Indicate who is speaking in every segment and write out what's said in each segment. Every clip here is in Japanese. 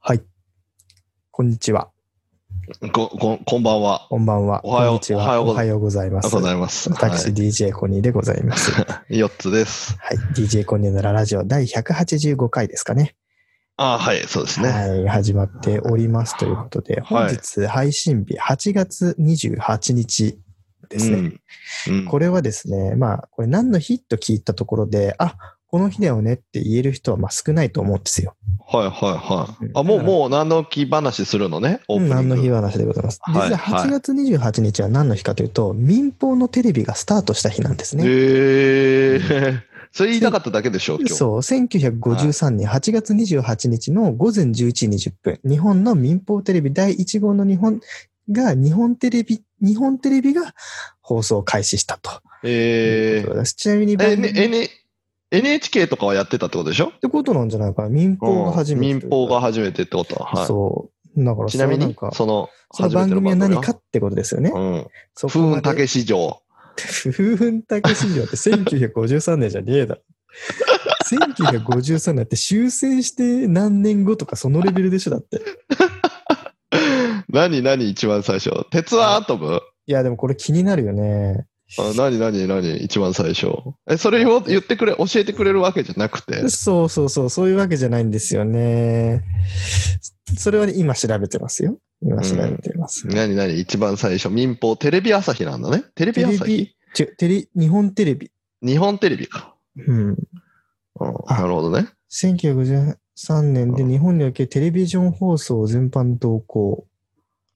Speaker 1: はい。こんにちは。
Speaker 2: こ、こ、こんばんは。
Speaker 1: こんばんは。
Speaker 2: おはよう
Speaker 1: こんにちは
Speaker 2: おはよう
Speaker 1: おはようございま
Speaker 2: ありが
Speaker 1: す
Speaker 2: とうご。ざいます。
Speaker 1: 私、DJ コニーでござい ます。は
Speaker 2: はい、4つです。
Speaker 1: い。DJ コニーのララジオ第185回ですかね。
Speaker 2: あはい、そうですね。
Speaker 1: はい。始まっておりますということで、本日配信日8月28日ですね。
Speaker 2: うん。うん
Speaker 1: これはですね、まあ、これ何の日と聞いたところで、あこの日だよねって言える人はまあ少ないと思うんですよ。
Speaker 2: はい、はい、はい。
Speaker 1: う
Speaker 2: あ、
Speaker 1: ん
Speaker 2: も
Speaker 1: だ
Speaker 2: う、
Speaker 1: から
Speaker 2: もう、何の気話するのね、オープニング。
Speaker 1: 何の日話でございます。実
Speaker 2: はい
Speaker 1: は8月28日は何の日かというと、民放のテレビがスタートした日なんですね。
Speaker 2: えー、それ言いたかっただけでしょ、今日。
Speaker 1: そう、1953年8月28日の午前11時20分、日本の民放テレビ第1号の日本が、日本テレビ、日本テレビが放送を開始したと。
Speaker 2: え
Speaker 1: というこ
Speaker 2: ー
Speaker 1: とですちなみに、
Speaker 2: え、
Speaker 1: 番組
Speaker 2: ね、
Speaker 1: っ
Speaker 2: N、NHK とかはやってたってことでしょ
Speaker 1: てことなんじゃないかな。民放が初めて
Speaker 2: う
Speaker 1: という
Speaker 2: ん民
Speaker 1: か。
Speaker 2: 放が初めてってことは。は
Speaker 1: そう。だから
Speaker 2: い。ち
Speaker 1: それ
Speaker 2: な
Speaker 1: は
Speaker 2: み
Speaker 1: な
Speaker 2: に
Speaker 1: んか、、
Speaker 2: その、
Speaker 1: その番組は何かってことですよね。
Speaker 2: うん。
Speaker 1: そ
Speaker 2: 風
Speaker 1: こま
Speaker 2: 雲
Speaker 1: で
Speaker 2: 竹市場。
Speaker 1: 風雲竹市場って1953年じゃね えだろ。1953年って終戦して何年後とかそのレベルでしょだって。
Speaker 2: 何何一番最初。鉄腕アトム
Speaker 1: いやでもこれ気になるよね。
Speaker 2: あ何何何一番最初。え、それを言ってくれ、教えてくれるわけじゃなくて。
Speaker 1: そうそうそう、そういうわけじゃないんですよね。それはね、今調べてますよ。今調べてます。
Speaker 2: 何何一番最初。民放、テレビ朝日なんだね。テレビ
Speaker 1: テレ
Speaker 2: 朝日
Speaker 1: ビ、ちょテレ日本テレビ。
Speaker 2: 日本テレビか。
Speaker 1: うん。
Speaker 2: うん、
Speaker 1: あ
Speaker 2: なるほどね。
Speaker 1: 1953年で日本におけるテレビジョン放送全般動向。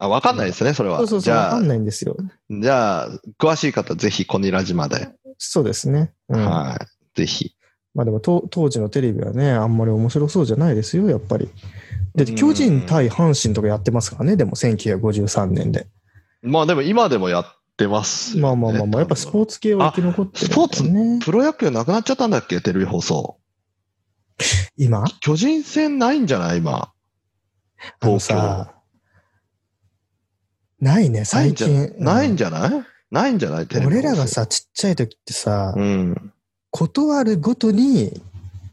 Speaker 2: あ、わかんないですね、それは。
Speaker 1: そうそう
Speaker 2: じ
Speaker 1: そう、わ
Speaker 2: ゃ
Speaker 1: か
Speaker 2: あ
Speaker 1: ん、ないんですよ。
Speaker 2: じゃあ、詳しい方、ぜひ、コニラジまで。
Speaker 1: そうですね。うん
Speaker 2: はい。ぜひ。
Speaker 1: まあでもと当時のテレビはね、あんまり面白そうじゃないですよ、やっぱり。で、
Speaker 2: うん
Speaker 1: 巨人対阪神とかやってますからね、でも1953年で。
Speaker 2: まあ、でも、今でもやってますよね、
Speaker 1: まあまあまあまあ、やっぱスポーツ系は生き残ってる、ね。
Speaker 2: あスポーツプロ野球なくなっちゃったんだっけテレビ放送。
Speaker 1: 今
Speaker 2: 巨人戦ないんじゃない今。
Speaker 1: あのさ、ないね、最近。
Speaker 2: ないん
Speaker 1: じ
Speaker 2: じゃないないんじゃないテレビ放送。
Speaker 1: 俺らがさ、ちっちゃい時ってさ、
Speaker 2: うん。
Speaker 1: 断るごとに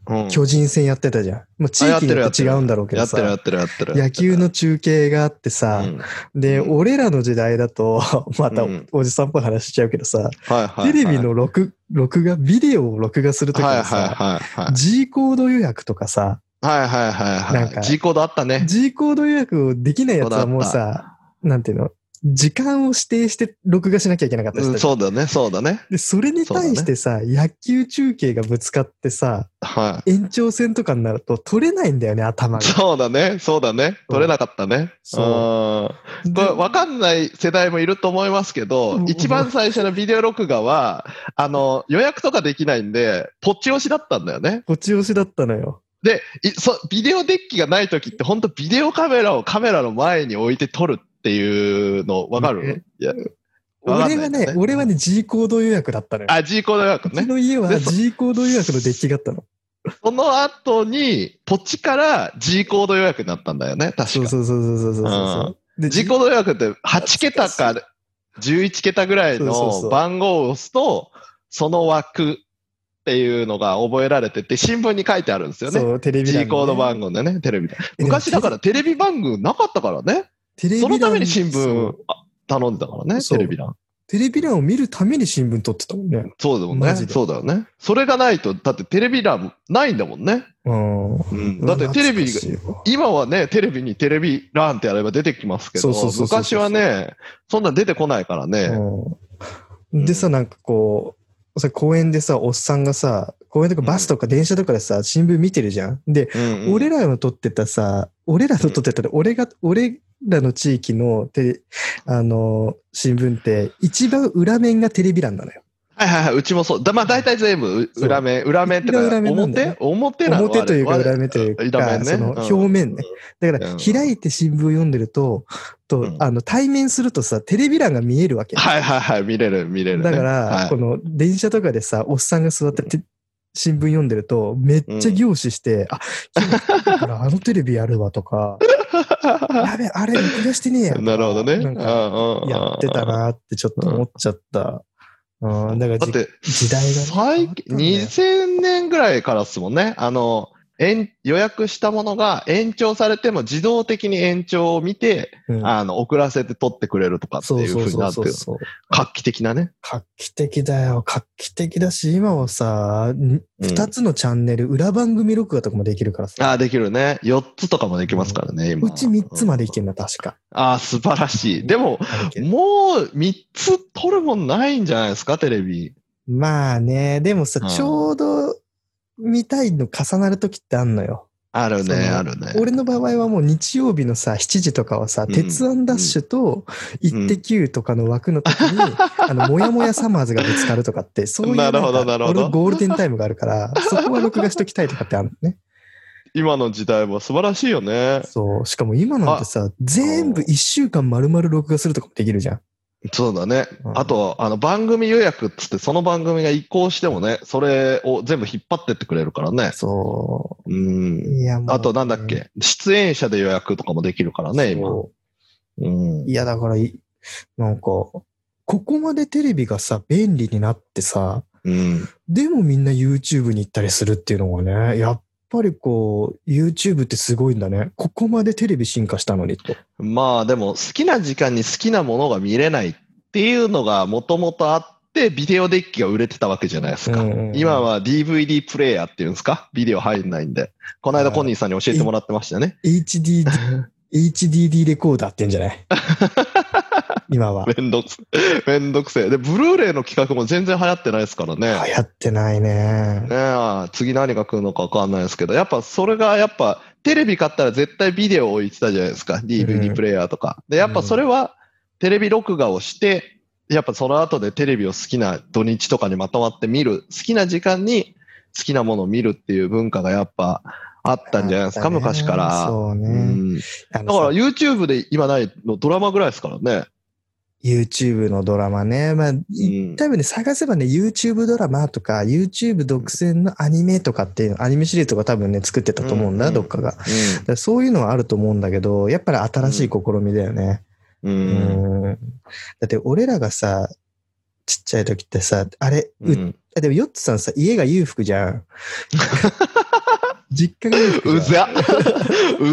Speaker 2: うん。
Speaker 1: 巨人戦やってたじゃん。もう地域によって違うんだろうけ
Speaker 2: や
Speaker 1: ど
Speaker 2: ってるや
Speaker 1: さ
Speaker 2: っ。てるやってる。
Speaker 1: 野球の中継があってさ、
Speaker 2: うん
Speaker 1: で、
Speaker 2: うん
Speaker 1: 俺らの時代だと、 また
Speaker 2: うん
Speaker 1: おじさんっぽい話しちゃうけどさ、
Speaker 2: はいはいはい
Speaker 1: テレビの録録画、ビデオを録画するとき
Speaker 2: は
Speaker 1: に
Speaker 2: いはい
Speaker 1: さ、
Speaker 2: はいはい。
Speaker 1: G コード予約とかさ、
Speaker 2: はいはいはい
Speaker 1: なん
Speaker 2: は
Speaker 1: か
Speaker 2: い。G コードあったね。
Speaker 1: G コード予約をできないやつはもう
Speaker 2: そう
Speaker 1: さ、なんていうの、時間を指定して録画しなきゃいけなかったり
Speaker 2: う
Speaker 1: し
Speaker 2: ん
Speaker 1: たじゃん
Speaker 2: そうだね、そうだね。
Speaker 1: で、それに対してさ、野球中継がぶつかってさ、
Speaker 2: は
Speaker 1: 延長戦とかになると取れないんだよね、頭
Speaker 2: い。
Speaker 1: が。
Speaker 2: そうだね、そうだね。取れなかったね。
Speaker 1: そう
Speaker 2: うんこれ分かんない世代もいると思いますけ
Speaker 1: う
Speaker 2: ど、
Speaker 1: ん
Speaker 2: 一番最初のビデオ録画は、あの、予約とかできないんで、ポチ押しだったんだよね。
Speaker 1: こっち押しだったのよ。
Speaker 2: で、いそビデオデッキがない時って、本当ビデオカメラをカメラの前に置いて撮るっていうの、分かるいやわかん
Speaker 1: 俺
Speaker 2: な
Speaker 1: はい
Speaker 2: んだね
Speaker 1: ね、俺はね、G コード予約だったのよ。
Speaker 2: あ、G コード予約
Speaker 1: うち
Speaker 2: ね。
Speaker 1: の家は
Speaker 2: でそ
Speaker 1: G コード予約のデッキがあったの。
Speaker 2: その後に、ポチから G コード予約になったんだよね、確か。
Speaker 1: そうそうそうそうそうそうそう。で
Speaker 2: G コード予約って8桁か11桁ぐらい
Speaker 1: そうそうそ
Speaker 2: の
Speaker 1: う
Speaker 2: 番号を押すと、その枠っていうのが覚えられてて、新聞に書いてあるんですよね。
Speaker 1: そう、テレビ欄に
Speaker 2: G
Speaker 1: ね
Speaker 2: コード番号でね、テレビで。
Speaker 1: でも
Speaker 2: 昔だからテレビ番組なかったからね。
Speaker 1: テレビ
Speaker 2: そ
Speaker 1: 欄
Speaker 2: のために新
Speaker 1: そ
Speaker 2: 聞
Speaker 1: う
Speaker 2: あ頼んだからね、
Speaker 1: そう
Speaker 2: テレビ欄。
Speaker 1: テレビ欄を見るために新聞撮ってたもんね。
Speaker 2: そうだもん
Speaker 1: マ
Speaker 2: ね。
Speaker 1: ジで
Speaker 2: そうだよね。それがないと、だってテレビ欄ないんだもんね。
Speaker 1: うん。
Speaker 2: うん、だってテレビが、
Speaker 1: が。
Speaker 2: 今はね、テレビにテレビ欄ってやれば出てきますけど、
Speaker 1: そうそうそうそう
Speaker 2: 昔はね、そんなん出てこないからね。
Speaker 1: うんでさ、なんかこう、さ公園でさ、おっさんがさ、公園とかバスとか電車とかでさ、新聞見てるじゃん。で、
Speaker 2: うんうん
Speaker 1: 俺らの撮ってたさ、俺らの撮ってたら、俺が、俺らの地域のテレ、あの、新聞って、一番裏面がテレビ欄なのよ。
Speaker 2: はいはいはい、うちもそう。だまあ大体全部う
Speaker 1: そう
Speaker 2: 裏面、裏面ってか、
Speaker 1: 裏裏面なんだよね
Speaker 2: 表表なの
Speaker 1: 表というか
Speaker 2: あれ
Speaker 1: 裏面という
Speaker 2: 裏
Speaker 1: か、
Speaker 2: 面ね
Speaker 1: その
Speaker 2: うん
Speaker 1: 表面ね。だか
Speaker 2: う
Speaker 1: ら
Speaker 2: ん
Speaker 1: 開いて新聞を読んでると、
Speaker 2: う
Speaker 1: と
Speaker 2: ん
Speaker 1: あの対面するとさ、テレビ欄が見えるわけ。
Speaker 2: はいはいはい、見れる、見れるね、
Speaker 1: だか
Speaker 2: は
Speaker 1: ら
Speaker 2: い、
Speaker 1: この電車とかでさ、おっさんが座ってて新聞読んでると、めっちゃ凝視して、あ、昨日だからあのテレビやるわと か、やべ、あれ、録画してねえやとか。
Speaker 2: なるほどね。
Speaker 1: なんか
Speaker 2: うんうん
Speaker 1: やってたなーってちょっと思っちゃった。うん、だから
Speaker 2: だっ
Speaker 1: じ
Speaker 2: て、
Speaker 1: 時代がね
Speaker 2: 最
Speaker 1: 変わったんだよ
Speaker 2: 近、2000年ぐらいからですもんね。あの、延予約したものが延長されても自動的に延長を見て、
Speaker 1: うん
Speaker 2: あの、遅らせて取ってくれるとかって
Speaker 1: そう
Speaker 2: いう
Speaker 1: そう
Speaker 2: 風に
Speaker 1: そ
Speaker 2: な
Speaker 1: う
Speaker 2: って
Speaker 1: そ
Speaker 2: る
Speaker 1: う。そう。
Speaker 2: 画期的なね。
Speaker 1: 画期的だよ。画期的だし、今はさ、ん
Speaker 2: うん
Speaker 1: 二つのチャンネル、裏番組録画とかもできるからさ。
Speaker 2: ああ、できるね。4つとかもできますからね、今。
Speaker 1: うち三つまでいけ
Speaker 2: る。
Speaker 1: んだ、確か。
Speaker 2: ああ、素晴らしい。でも、もう3つ取るもんないんじゃないですか、テレビ。
Speaker 1: まあね、でもさ、
Speaker 2: うん
Speaker 1: ちょうど見たいの重なる時ってあんのよ。
Speaker 2: あるね、
Speaker 1: その
Speaker 2: あるね。
Speaker 1: 俺の場合はもう日曜日のさ、7時とかはさ、
Speaker 2: ん
Speaker 1: 鉄腕ダッシュと、イッテ Q とかの枠の時に、あの、もやもやサマーズがぶつかるとか って、そういう
Speaker 2: なるほど
Speaker 1: んか
Speaker 2: なるほど
Speaker 1: 俺ゴールデンタイムがあるから、そこは録画しときたいとかってあるのね。
Speaker 2: 今の時代も素晴らしいよね。
Speaker 1: そう。しかも今なんてさ、全部1週間丸々録画するとかもできるじゃん。
Speaker 2: そうだね
Speaker 1: う。ん
Speaker 2: あと、あの、番組予約っつって、その番組が移行してもね、それを全部引っ張ってってくれるからね。
Speaker 1: そうう。
Speaker 2: ん。
Speaker 1: いや、もう
Speaker 2: あと、なんだっけ、出演者で予約とかもできるからね、今。
Speaker 1: そう
Speaker 2: うん
Speaker 1: い。や、だからい、なんか、ここまでテレビがさ、便利になってさ、
Speaker 2: うん。
Speaker 1: でもみんな YouTube に行ったりするっていうのがね、やっぱりこう、YouTube ってすごいんだね。ここまでテレビ進化したのにと。
Speaker 2: まあ、でも、好きな時間に好きなものが見れないっていうのが、もともとあって、ビデオデッキが売れてたわけじゃないですか。今は DVD プレイヤーっていうんですかビデオ入んないんで。この間、コニーさんに教えてもらってまし たね。
Speaker 1: HD、HDD レコーダーって言うんじゃない 今は。
Speaker 2: めんどくせ、めんどくせえ。で、ブルーレイの企画も全然流行ってないですからね。
Speaker 1: 流行ってないね
Speaker 2: ね。え、次何が来るのか分かんないですけど、やっぱそれがやっぱテレビ買ったら絶対ビデオ置いてたじゃないですか、
Speaker 1: うん
Speaker 2: DVD プレイヤーとか。で、やっぱそれはテレビ録画をして、やっぱその後でテレビを好きな土日とかにまとまって見る、好きな時間に好きなものを見るっていう文化がやっぱあったんじゃないですか、
Speaker 1: あったね
Speaker 2: 昔から。
Speaker 1: そうね。
Speaker 2: うんだ
Speaker 1: あの
Speaker 2: か
Speaker 1: さ
Speaker 2: ら YouTube で今ないのドラマぐらいですからね。
Speaker 1: YouTube のドラマね。まあ、
Speaker 2: うん
Speaker 1: 多分ね、探せばね、YouTube ドラマとか、YouTube 独占のアニメとかっていうの、アニメシリーズとか多分ね、作ってたと思うんだ、
Speaker 2: うん
Speaker 1: どっかが。だからそういうのはあると思うんだけど、やっぱり新しい試みだよね。
Speaker 2: う
Speaker 1: う
Speaker 2: んうん
Speaker 1: ん。だって、俺らがさ、ちっちゃい時ってさ、あれ、う
Speaker 2: うん
Speaker 1: あでも、ヨッツさんさ、家が裕福じゃん。実家が裕福
Speaker 2: う
Speaker 1: じゃん。
Speaker 2: ざう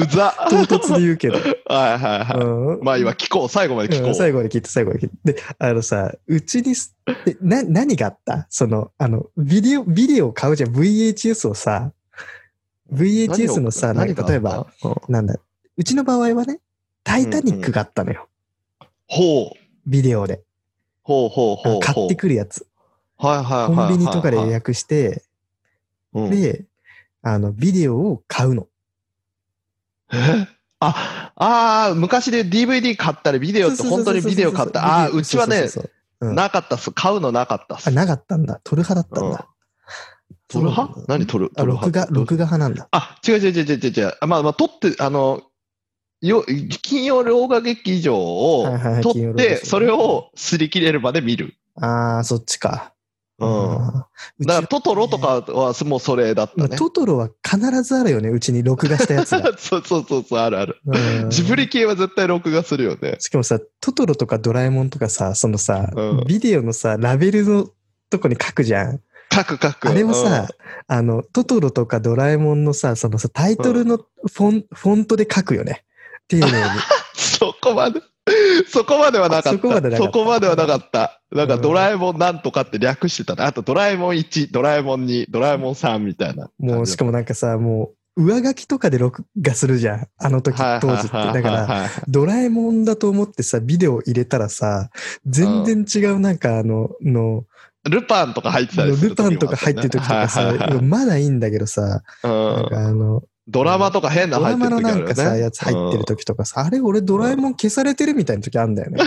Speaker 2: ざ
Speaker 1: 唐突で言うけど。
Speaker 2: はいはいはい。
Speaker 1: うん
Speaker 2: まあ今聞こう、最後まで聞こう。
Speaker 1: うん最後まで聞いて、最後まで聞いて。で、あのさ、うちにす、でな、何があったその、あの、ビデオ、ビデオを買うじゃん、VHS をさ、VHS のさ、なん
Speaker 2: 何
Speaker 1: か
Speaker 2: が
Speaker 1: 例えば、、
Speaker 2: うん
Speaker 1: なんだ、うちの場合はね、タイタニックがあったのよ、
Speaker 2: ほう、
Speaker 1: ビデオで。
Speaker 2: ほうほう
Speaker 1: あ
Speaker 2: ほ
Speaker 1: の
Speaker 2: う。
Speaker 1: 買ってくるやつ。
Speaker 2: はいはい
Speaker 1: コ
Speaker 2: はいはいはい。
Speaker 1: ンビニとかで予約して、
Speaker 2: うん
Speaker 1: で、あの、ビデオを買うの。
Speaker 2: えあ、あー昔で DVD 買ったり、ビデオって本当にビデオ買った。ああー、うちはね、
Speaker 1: そうそうそううん
Speaker 2: なかったっす。買うのなかったっす
Speaker 1: あ、。なかったんだ。撮る派だったんだ。
Speaker 2: 撮る派
Speaker 1: そう
Speaker 2: 何撮る
Speaker 1: あ、
Speaker 2: 撮る
Speaker 1: 録画、
Speaker 2: 派
Speaker 1: 録画派なんだ。
Speaker 2: あ、違う違う違う違う違う。あまあまあ、撮って、あの、よ金曜洋画劇場を
Speaker 1: はいはいはい
Speaker 2: 撮
Speaker 1: 金曜
Speaker 2: っ
Speaker 1: ロードショ
Speaker 2: て、
Speaker 1: ー
Speaker 2: それを擦り切れるまで見る。
Speaker 1: ああ、そっちか。
Speaker 2: うん。
Speaker 1: あー
Speaker 2: だから
Speaker 1: うち
Speaker 2: トトロとかはもうそれだっ
Speaker 1: ま
Speaker 2: た
Speaker 1: あ
Speaker 2: ね。
Speaker 1: トトロは必ずあるよね、うちに録画したやつが。
Speaker 2: そうそうそうそう、あるある。
Speaker 1: うん
Speaker 2: ジブリ系は絶対録画するよね。
Speaker 1: しかもさ、トトロとかドラえもんとかさ、そのさ、
Speaker 2: うん
Speaker 1: ビデオのさ、ラベルのとこに書くじゃん。
Speaker 2: カクカク。
Speaker 1: あれもさ、あの、トトロとかドラえもんのさ、そのさ、タイトルのフォン,、フォントで書くよね。丁寧に。
Speaker 2: うん、そこまで、そこまではなかった。
Speaker 1: そこまでなかった
Speaker 2: そこまではなかった。なんか
Speaker 1: うん
Speaker 2: ドラえもんなんとかって略してたね。あとドラえもん1、ドラえもん2、ドラえもん3みたいな。
Speaker 1: もう、しかもなんかさ、もう、上書きとかで録画するじゃん。あの時、
Speaker 2: はい
Speaker 1: 当時って。
Speaker 2: はいはい
Speaker 1: だから、
Speaker 2: はいはい
Speaker 1: ドラえもんだと思ってさ、ビデオ入れたらさ、全然違うなんかあの、の、
Speaker 2: ルパンとか入ってたりす
Speaker 1: ル
Speaker 2: る時も
Speaker 1: パ
Speaker 2: あったね、
Speaker 1: ンとか入ってる時とかさ、
Speaker 2: はいはいはい
Speaker 1: まだいいんだけどさ、なん
Speaker 2: うん
Speaker 1: かあの、
Speaker 2: ドラマとか変な
Speaker 1: ド
Speaker 2: の入
Speaker 1: ラ
Speaker 2: って
Speaker 1: マ
Speaker 2: る時
Speaker 1: のな
Speaker 2: あるよね。
Speaker 1: んかさ、やつ入ってる時とかさ、あれ俺ドラえもん消されてるみたいな時あんだよね。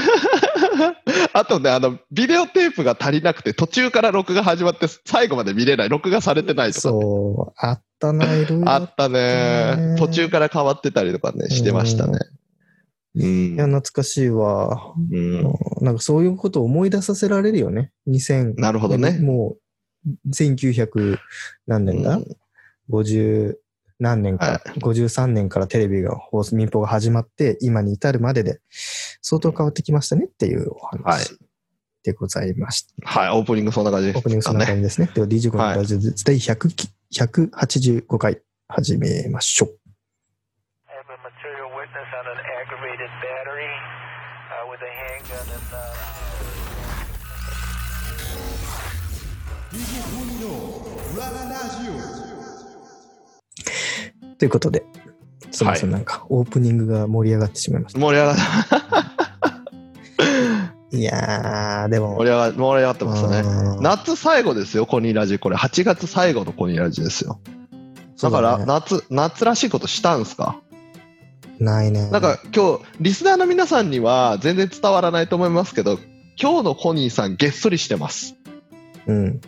Speaker 2: あとね、あの、ビデオテープが足りなくて、途中から録画始まって、最後まで見れない、録画されてないとかね、
Speaker 1: そう、あったな、いろいろ。
Speaker 2: あったね
Speaker 1: ね。
Speaker 2: 途中から変わってたりとかね、してましたね。う
Speaker 1: いや、
Speaker 2: ん。
Speaker 1: 懐かしいわ。
Speaker 2: うん
Speaker 1: なんかそういうことを思い出させられるよね。2000、
Speaker 2: なるほどね。
Speaker 1: もう、1900何年だ、
Speaker 2: うん
Speaker 1: ?50 何年か、
Speaker 2: は
Speaker 1: 53年からテレビが放送、民放が始まって、今に至るまでで、相当変わってきましたねっていうお
Speaker 2: はい
Speaker 1: 話でございました。
Speaker 2: はい、オープニングそんな感じ
Speaker 1: オープニン
Speaker 2: で
Speaker 1: グ
Speaker 2: す
Speaker 1: そ
Speaker 2: か
Speaker 1: んな
Speaker 2: ね。
Speaker 1: 感じですね。では DJ コのラジオで第100き185回始めましょう。
Speaker 3: I have a material witness on an aggravated battery uh, with a handgun and. Uh,
Speaker 4: DJ トミーの裏ラジオ
Speaker 1: ということで、すみません、なんかオープニングが盛り上がってしまい まし
Speaker 2: 盛り上がった、
Speaker 1: た。いやー、でも
Speaker 2: 盛り、上が盛り上がってましたね。
Speaker 1: うん
Speaker 2: 夏最後ですよ、コニーラジ。これ、8月最後のコニーラジですよ。だか
Speaker 1: そ
Speaker 2: ら、
Speaker 1: うだね
Speaker 2: 夏、夏らしいことしたんすか
Speaker 1: ないね。
Speaker 2: なんか今日リスナーの皆さんには全然伝わらないと思いますけど今日のコニーさんげっそりしてます
Speaker 1: うん、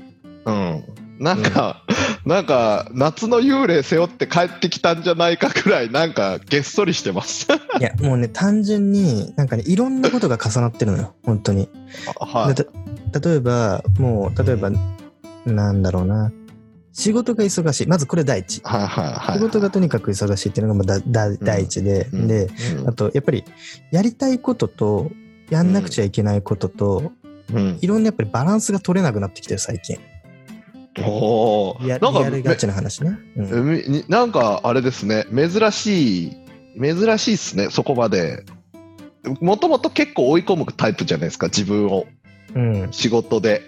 Speaker 2: うんなんか、なんか夏の幽霊背負って帰ってきたんじゃないかくらいなんかげっそりしてます
Speaker 1: いや、もうね、単純に、なんかね、いろんなことが重なってるのよ、本当に。
Speaker 2: はい
Speaker 1: でた例えば、もう、例えば、なんだろうな、仕事が忙しい。まずこれ第一。
Speaker 2: はいはいはい
Speaker 1: 仕事がとにかく忙しいっていうのがまあだだ第一で、
Speaker 2: うん
Speaker 1: で、あと、やっぱり、やりたいことと、やんなくちゃいけないことと、
Speaker 2: うんうん
Speaker 1: いろんなやっぱりバランスが取れなくなってきてる、最近。
Speaker 2: おー
Speaker 1: や
Speaker 2: なん
Speaker 1: リアルガ
Speaker 2: か
Speaker 1: チな話ね。うん
Speaker 2: めみなんかあれですね珍しい珍しいっすねそこまでもともと結構追い込むタイプじゃないですか自分を
Speaker 1: うん
Speaker 2: 仕事で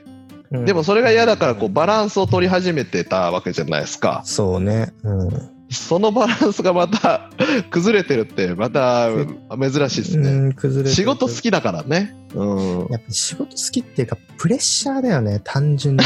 Speaker 1: うん
Speaker 2: でもそれが嫌だからこうバランスを取り始めてたわけじゃないですか。
Speaker 1: そうね。うん。
Speaker 2: そのバランスがまた 崩れてるってまた珍しいですね。
Speaker 1: うん崩れてる
Speaker 2: 仕事好きだからね。うん。
Speaker 1: やっぱ仕事好きっていうか、プレッシャーだよね、単純に。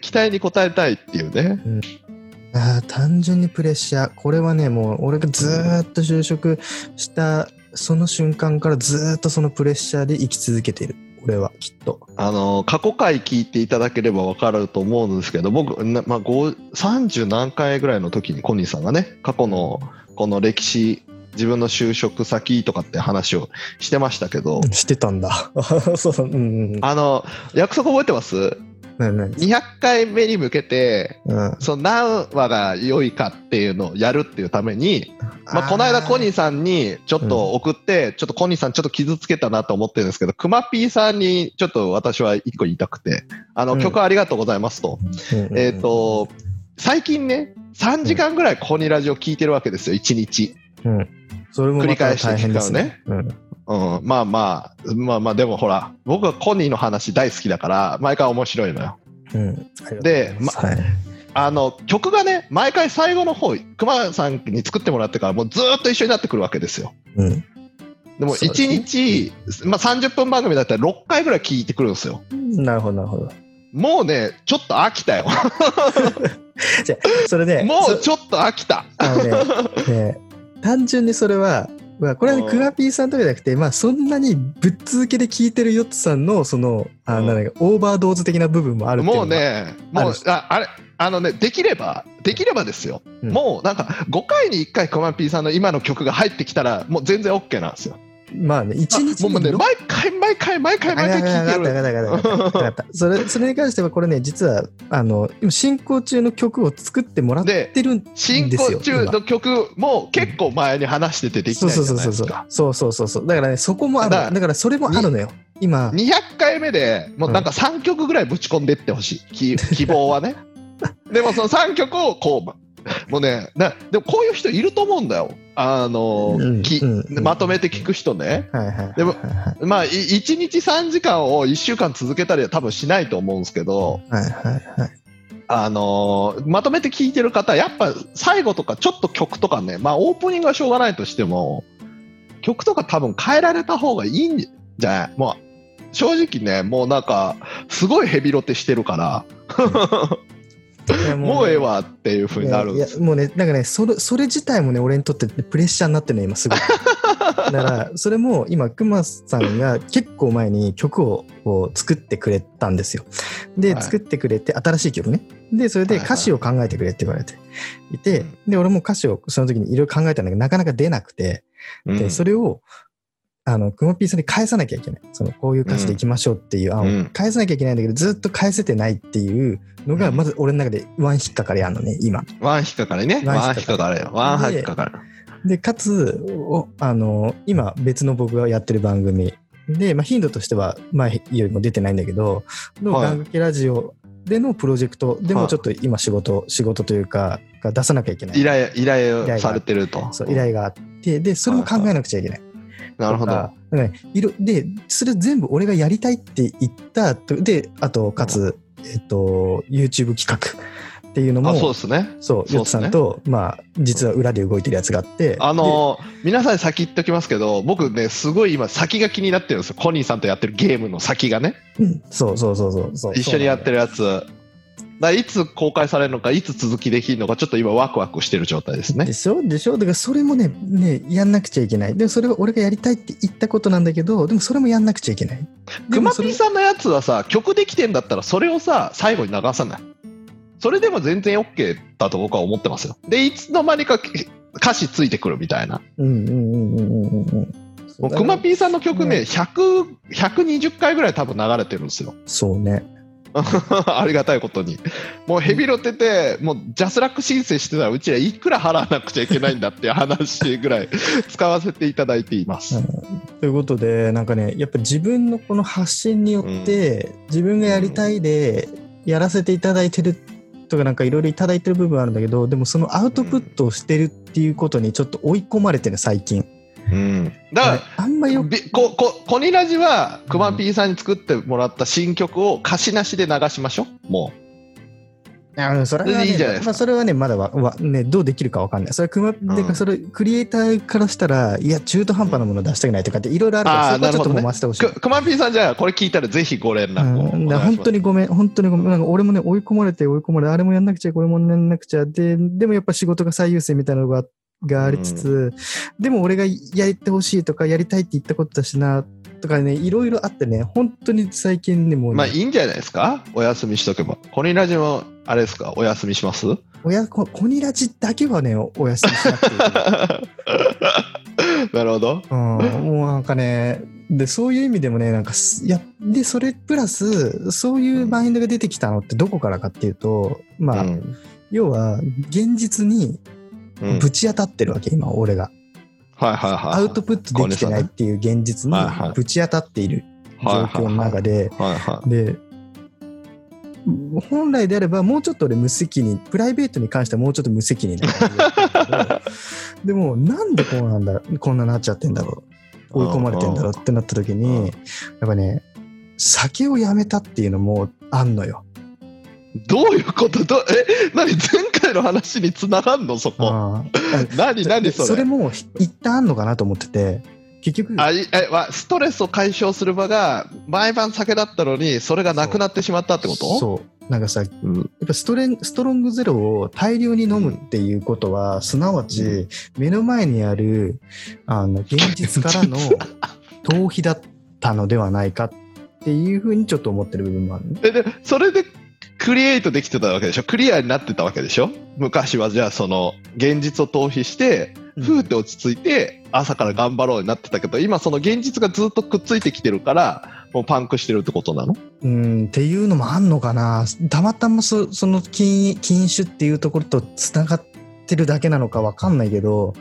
Speaker 2: 期待に応えたいっていうね。
Speaker 1: うん あー単純にプレッシャー。これはね、もう俺がずーっと就職したその瞬間からずーっとそのプレッシャーで生き続けている。俺はきっと。
Speaker 2: あの過去回聞いていただければ分かると思うんですけど僕、なまあ、5 30何回ぐらいの時にコニーさんがね過去のこの歴史自分の就職先とかって話をしてましたけど、
Speaker 1: してたんだ。 そう、うんうん。
Speaker 2: あの約束覚えてます
Speaker 1: ないない
Speaker 2: ?200 回目に向けて
Speaker 1: うん
Speaker 2: その何話が良いかっていうのをやるっていうために、まあ、この間コニーさんにちょっと送って、ちょっとコニーさんちょっと傷つけたなと思ってるんですけど、クマピーさんにちょっと私は一個言いたくて、あの、
Speaker 1: うん
Speaker 2: 曲ありがとうございますと。
Speaker 1: うんうん
Speaker 2: えっ、と、最近ね、3時間ぐらいコニラジオ聞いてるわけですよ、1日。
Speaker 1: それもまた大変ですね。
Speaker 2: うん、まあまあ、まあまあ、でもほら、僕はコニーの話大好きだから、毎回面白いのよ。
Speaker 1: うんうんありがとうござい
Speaker 2: で
Speaker 1: ますはい
Speaker 2: あの曲がね毎回最後の方熊さんに作ってもらってからもうずーっと一緒になってくるわけですよ
Speaker 1: うん
Speaker 2: でも
Speaker 1: そうです
Speaker 2: 1
Speaker 1: ね
Speaker 2: 日、まあ、30分番組だったら6回ぐらい聞いてくるんですよ
Speaker 1: なるほど、なるほど。
Speaker 2: もうねちょっと飽きたよ
Speaker 1: じゃあそれで、
Speaker 2: も
Speaker 1: そう
Speaker 2: ちょっと飽きた
Speaker 1: あの ねね単純にそれは、まあ、これはね
Speaker 2: うん
Speaker 1: クワピーさんとかじゃなくて、まあ、そんなにぶっ続けで聞いてるヨッツさんのそのあ
Speaker 2: うん
Speaker 1: なんだかオーバードーズ的な部分もあるっていうの
Speaker 2: も
Speaker 1: は
Speaker 2: うねも
Speaker 1: あ
Speaker 2: う
Speaker 1: る
Speaker 2: ああれあのねできればできればですよ、
Speaker 1: うん
Speaker 2: もうなんか5回に1回熊 P さんの今の曲が入ってきたらもう全然 OK なんですよ
Speaker 1: まあね一日
Speaker 2: あもうね
Speaker 1: 六
Speaker 2: 毎回毎回毎回毎回
Speaker 1: あ
Speaker 2: 聞いてる
Speaker 1: わかったわかったわかったわかったわかった それそれに関してはこれね実はあの今進行中の曲を作ってもらってるん
Speaker 2: 進行中の曲も結構前に話しててでき
Speaker 1: そう
Speaker 2: ないじ
Speaker 1: そう
Speaker 2: ゃ
Speaker 1: そう
Speaker 2: ない
Speaker 1: そう
Speaker 2: です
Speaker 1: そう
Speaker 2: か。
Speaker 1: そうそうそうそうだからねそこもある
Speaker 2: だから
Speaker 1: だからそれもあるのよ今
Speaker 2: 200回目でもうなんか3曲ぐらいぶち込んでってほし い、き希望はね。でもその3曲をこうもうねなでもこういう人いると思うんだよあの、
Speaker 1: うん
Speaker 2: き
Speaker 1: うん
Speaker 2: まとめて聞く人ね。
Speaker 1: はいはいはいはい
Speaker 2: でも
Speaker 1: は
Speaker 2: まあい1日3時間を1週間続けたりは多分しないと思うんですけど、
Speaker 1: いはいはいはい
Speaker 2: あのーまとめて聞いてる方やっぱ最後とかちょっと曲とかねまあオープニングはしょうがないとしても曲とか多分変えられた方がいいんじゃないもう正直ねもうなんかすごいヘビロテしてるから
Speaker 1: いや
Speaker 2: もうええわっていう風になるんです
Speaker 1: いやいやもうねなんかねそれそれ自体もね俺にとってプレッシャーになってね今 すごいだからそれも今くまさんが結構前に曲をこう作ってくれたんですよで、
Speaker 2: はい
Speaker 1: 作ってくれて新しい曲ねでそれで
Speaker 2: はいはい
Speaker 1: 歌詞を考えてくれって言われていて、
Speaker 2: うん
Speaker 1: で俺も歌詞をその時にいろいろ考えたんだけどなかなか出なくてでそれをあのくまぴーさんに返さなきゃいけないそのこういう歌詞でいきましょうっていう案を、
Speaker 2: うん
Speaker 1: 返さなきゃいけないんだけどずっと返せてないっていうのが
Speaker 2: うん
Speaker 1: まず俺の中でワン引っかかりあんのね今
Speaker 2: うんワン引っかかりね
Speaker 1: ワ
Speaker 2: ワ
Speaker 1: ン
Speaker 2: ン
Speaker 1: 引
Speaker 2: 引
Speaker 1: っ
Speaker 2: っ
Speaker 1: か
Speaker 2: か
Speaker 1: か
Speaker 2: か
Speaker 1: り
Speaker 2: りワン引っかかる
Speaker 1: で、かつ、おあの、今、別の僕がやってる番組で、まあ、頻度としては前よりも出てないんだけど、の
Speaker 2: はい
Speaker 1: 番組ラジオでのプロジェクトで
Speaker 2: は
Speaker 1: も
Speaker 2: い
Speaker 1: ちょっと今仕事、仕事というか、が出さなきゃいけない。
Speaker 2: 依頼、依
Speaker 1: 依頼が
Speaker 2: 頼されてると。
Speaker 1: そう依頼があって、で、それも考えなくちゃいけない。
Speaker 2: なるほど。
Speaker 1: とか。なんかねいろで、それ全部俺がやりたいって言ったと、で、あと、かつ、えっと、YouTube 企画っていうのも、
Speaker 2: あ、そうですね。
Speaker 1: そう、
Speaker 2: そう
Speaker 1: ヨッ
Speaker 2: っ
Speaker 1: ツ
Speaker 2: す
Speaker 1: さ
Speaker 2: ね
Speaker 1: んと、まあ、実は裏で動いてるやつがあって、
Speaker 2: あのー皆さんに先言っときますけど、僕ね、すごい今、先が気になってるんですよ。コニーさんとやってるゲームの先がね、
Speaker 1: で、うんそうそうそうそうそう。
Speaker 2: 一緒にやって
Speaker 1: る。
Speaker 2: るやつ。だからいつ公開されるのか、いつ続きできるのか、ちょっと今、ワクワクしてる状態ですね
Speaker 1: で。しょでしょだからそれもね、ね、やんなくちゃいけない。で、それは俺がやりたいって言ったことなんだけど、でもそれもやんなくちゃいけない。で
Speaker 2: く
Speaker 1: も
Speaker 2: ま
Speaker 1: そ
Speaker 2: ぴ
Speaker 1: れ
Speaker 2: ーさんのやつはさ、曲できてんだったら、それをさ、最後に流さない。それでも全然 OK だと僕は思ってますよ。で、いつの間にかけ歌詞ついてくるみたいな。
Speaker 1: うんうんうんうんうんうんうん。
Speaker 2: もうくまぴーさんの曲
Speaker 1: う
Speaker 2: ね、100、120回ぐらい多分流れてるんですよ。
Speaker 1: そうね。
Speaker 2: ありがたいことに。もうヘビロテて、もうジャスラック申請してたら、うちらいくら払わなくちゃいけないんだっていう話ぐらい使わせていただいています。
Speaker 1: ということで、なんかね、やっぱ自分のこの発信によって、自分がやりたいで、やらせていただいてるとか、なんかいろいろいただいてる部分あるんだけど、でもそのアウトプットをしてるっていうことにちょっと追い込まれてる、最近。
Speaker 2: うん、だから、
Speaker 1: あんまよ
Speaker 2: びここコニラジはくまぴーさんに作ってもらった新曲を歌詞なしで流しましょうも
Speaker 1: あのそれはね
Speaker 2: いいじゃないですか
Speaker 1: まあ、それはね、まだわわ、ね、どうできるかわかんない。それはクマ、
Speaker 2: ん
Speaker 1: でかそれ、クリエイターからしたら、いや、中途半端なもの出したくないとかって、いろいろあるか
Speaker 2: あー
Speaker 1: ら、そこはちょっと
Speaker 2: な
Speaker 1: もう
Speaker 2: るほどね
Speaker 1: 回してほ
Speaker 2: う
Speaker 1: しい。
Speaker 2: くくまぴーさんじゃあこれ聞いたらぜひご連絡をお
Speaker 1: う
Speaker 2: 願い
Speaker 1: ん、
Speaker 2: し
Speaker 1: だから
Speaker 2: ます
Speaker 1: 本当にごめん、本当にごめん、なんか俺もね、追い込まれて追い込まれて、あれもやんなくちゃ、これもやんなくちゃ、で、でもやっぱ仕事が最優先みたいなのががありつつ、でも俺がやってほしいとか、やりたいって言ったことだしな、とかね、いろいろあってね、本当に最近ね、もうね、
Speaker 2: まあいいんじゃないですかお休みしとけばコニラジもあれですかお休みします
Speaker 1: 親子、コニラジだけはね、おお休みしなくていい。
Speaker 2: なるほど
Speaker 1: うん、もうなんかね、で、そういう意味でもね、なんかす、や、で、それプラス、そういうマインドが出てきたのってどこからかっていうと、まあ、
Speaker 2: うん
Speaker 1: 要は、現実に
Speaker 2: うん
Speaker 1: ぶち当たってるわけ、今、俺が。
Speaker 2: はいはいはい
Speaker 1: アウトプットできてないっていう現実に
Speaker 2: はいはい
Speaker 1: ぶち当たっている状況の中で、
Speaker 2: はいは
Speaker 1: で、本来であればもうちょっと俺無責任、プライベートに関してはもうちょっと無責任な感じだったんだけどでもなんでこうなんだ、こんななっちゃってんだろう、追い込まれてんだろうってなった時
Speaker 2: うん
Speaker 1: に、やっぱね、酒をやめたっていうのもあんのよ。
Speaker 2: いどういうことどえ何前回の話につながんのそこ
Speaker 1: あ
Speaker 2: 何何それ
Speaker 1: それも一旦あんのかなと思ってて、結局、
Speaker 2: あいえわストレスを解消する場が毎晩酒だったのにそれがなくなってしまったってこと
Speaker 1: そう。なんかさ、
Speaker 2: うん
Speaker 1: やっぱストレンストロングゼロを大量に飲むっていうことは、すなわ
Speaker 2: う
Speaker 1: ち目の前にあるあの現実から の逃避だったのではないかっていうふうにちょっと思ってる部分もあるね。
Speaker 2: えでそれでクリエイトできてたわけでしょクリアになってたわけでしょ昔はじゃあその現実を逃避してふーって落ち着いて朝から頑張ろうになってたけど今その現実がずっとくっついてきてるからもうパンクしてるってことなの
Speaker 1: うん、っていうのもあんのかなたまたまそその禁禁酒っていうところとつながってるだけなのかわかんないけど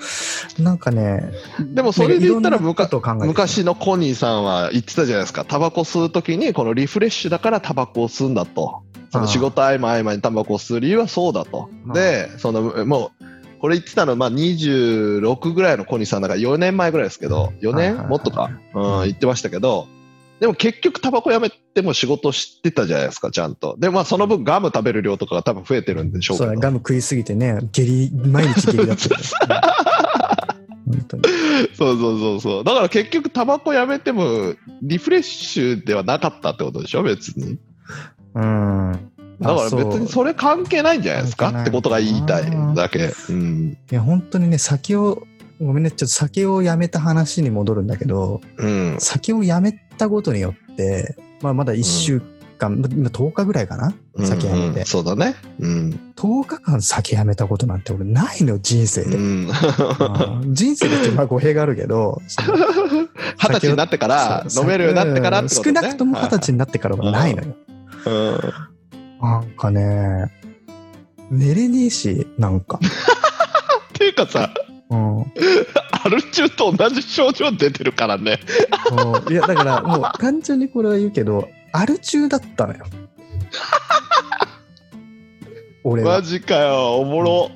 Speaker 1: なんかね
Speaker 2: でもそれで言ったら
Speaker 1: なんかいろんなことを考えてる
Speaker 2: 昔のコニーさんは言ってたじゃないですかタバコ吸う時にこのリフレッシュだからタバコを吸うんだとその仕事合間合間にタバコを吸う理由はそうだと
Speaker 1: うん
Speaker 2: でそのもうこれ言ってたのまあ26ぐらいのコニーさんだから4年前ぐらいですけど4
Speaker 1: はいはい
Speaker 2: 年
Speaker 1: はい
Speaker 2: もっとか、
Speaker 1: う
Speaker 2: うんん、言ってましたけどでも結局タバコやめても仕事してたじゃないですかちゃんとでまあその分ガム食べる量とかが多分増えてるんでしょう
Speaker 1: そ
Speaker 2: け
Speaker 1: う
Speaker 2: ど
Speaker 1: だガム食いすぎてね下痢毎日下痢だったよ うん本当に
Speaker 2: そうそうそうそう。だから結局タバコやめてもリフレッシュではなかったってことでしょ別に。
Speaker 1: うん。
Speaker 2: だから別
Speaker 1: あ
Speaker 2: に
Speaker 1: そう
Speaker 2: それ関係ないんじゃないですか
Speaker 1: 関係ない
Speaker 2: ってことが言いたいだけ。うん。
Speaker 1: いや、本当にね、酒を、ごめんね、ちょっと酒をやめた話に戻るんだけど、
Speaker 2: うん。
Speaker 1: 酒をやめたことによって、まあまだ1週間、ま今10日ぐらいかな酒やめ
Speaker 2: うんう
Speaker 1: て
Speaker 2: ん。そうだね。うん。
Speaker 1: 10日間酒やめたことなんて俺ないの、人生
Speaker 2: う
Speaker 1: で。
Speaker 2: ん。二
Speaker 1: うん人生でってまあ語弊があるけど、そ の
Speaker 2: 十歳になってから、
Speaker 1: そう
Speaker 2: 飲めるようになってからってこと
Speaker 1: 少
Speaker 2: ね。
Speaker 1: なくとも二十歳になってからはないのよ。
Speaker 2: はいはい。
Speaker 1: なんかね、寝れねえし、なん か。
Speaker 2: うんっていうかさ、
Speaker 1: うん
Speaker 2: アル中と同じ症状出てるからね。
Speaker 1: も ういやだからもう単純にこれは言うけどアル中だったのよ俺は
Speaker 2: マ。ジかよ、おもろ。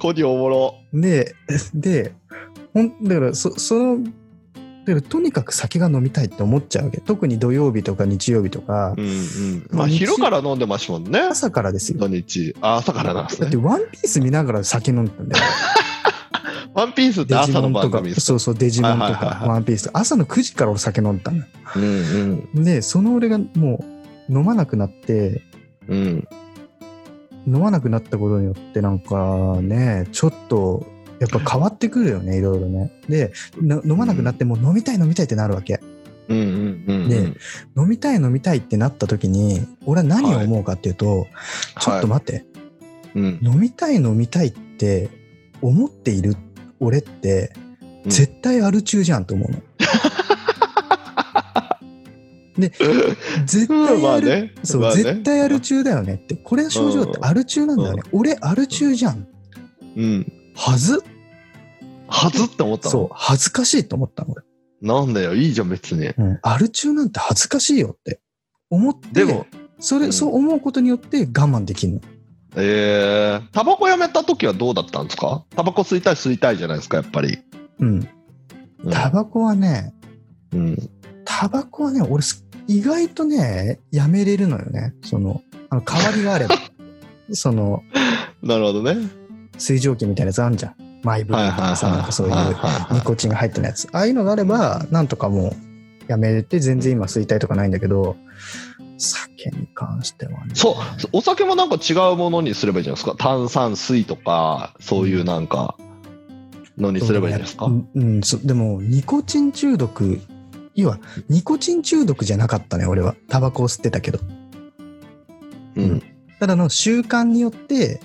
Speaker 2: コニーおもろ。
Speaker 1: で、で、ほん、だから、そ、その、だからとにかく酒が飲みたいって思っちゃうわけ。特に土曜日とか日曜日とか
Speaker 2: う、んうん。
Speaker 1: ま
Speaker 2: ま
Speaker 1: あ
Speaker 2: あ、
Speaker 1: 日
Speaker 2: 昼から飲んでましたもんね。
Speaker 1: 朝からですよ。
Speaker 2: 土日。あ、朝からなんです
Speaker 1: だって、
Speaker 2: ね。
Speaker 1: ワンピース見ながら酒飲んでたんだよ。
Speaker 2: ワンピースっ
Speaker 1: デ
Speaker 2: て
Speaker 1: ジ
Speaker 2: 朝
Speaker 1: モ
Speaker 2: の
Speaker 1: ンと
Speaker 2: 番
Speaker 1: か
Speaker 2: 組で、す
Speaker 1: そうそう、デジモンと
Speaker 2: はいはいはい
Speaker 1: か
Speaker 2: は、い
Speaker 1: ワンピースとか、朝の9時から俺酒飲んでたの。
Speaker 2: うんうん。
Speaker 1: で、その俺がもう飲まなくなって、
Speaker 2: うん。
Speaker 1: 飲まなくなったことによってなんかねちょっとやっ ぱ変わってくるよねいろいろねでな飲まなくなってもう飲みたい飲みたいってなるわけ
Speaker 2: うんうんうんうん。
Speaker 1: ね飲みたい飲みたいってなった時に俺は何を思うかっていうと、ちょっと
Speaker 2: は
Speaker 1: 待って、
Speaker 2: いうん
Speaker 1: 飲みたい飲みたいって思っている俺って
Speaker 2: うん
Speaker 1: 絶対アル中じゃんと思うの、絶
Speaker 2: うん
Speaker 1: 対
Speaker 2: ま
Speaker 1: ア
Speaker 2: あ
Speaker 1: ル、
Speaker 2: ね。
Speaker 1: そう、
Speaker 2: まあね
Speaker 1: 絶対アル。中だよねってこれの症状ってアル中なんだよね、俺アル中じゃん
Speaker 2: うん。
Speaker 1: はず
Speaker 2: はずって思ったの
Speaker 1: そう恥ずかしいと思ったの俺
Speaker 2: なんだよ、いいじゃん、別に。
Speaker 1: うん、アル中なんて恥ずかしいよって思って
Speaker 2: でも、
Speaker 1: それ、
Speaker 2: うん
Speaker 1: そう思うことによって我慢できるの
Speaker 2: えー、タバコやめた時はどうだったんですかタバコ吸いたい吸いたいじゃないですか、やっぱり。
Speaker 1: うん
Speaker 2: うん
Speaker 1: タバコはね
Speaker 2: うん。
Speaker 1: タバコはね俺す意外とねやめれるのよねそのあの代わりがあれ ばその
Speaker 2: なるほどね。
Speaker 1: 水蒸気みたいなやつあるじゃんマイブ
Speaker 2: はい
Speaker 1: ー
Speaker 2: はい
Speaker 1: ムとかさ
Speaker 2: はい
Speaker 1: なんかそうい
Speaker 2: はいうはい
Speaker 1: ニコチンが入ってないやつああいうのがあればなんとかもうやめれて全然今吸いたいとかないんだけど酒に関してはね
Speaker 2: そう、お酒もなんか違うものにすればいいじゃないですか。炭酸水とか、そういうなんか、のにすればいいんですか。
Speaker 1: う
Speaker 2: うん
Speaker 1: ん、うんそでもニコチン中毒要はニコチン中毒じゃなかったね俺はタバコを吸ってたけど
Speaker 2: うん。
Speaker 1: ただの習慣によって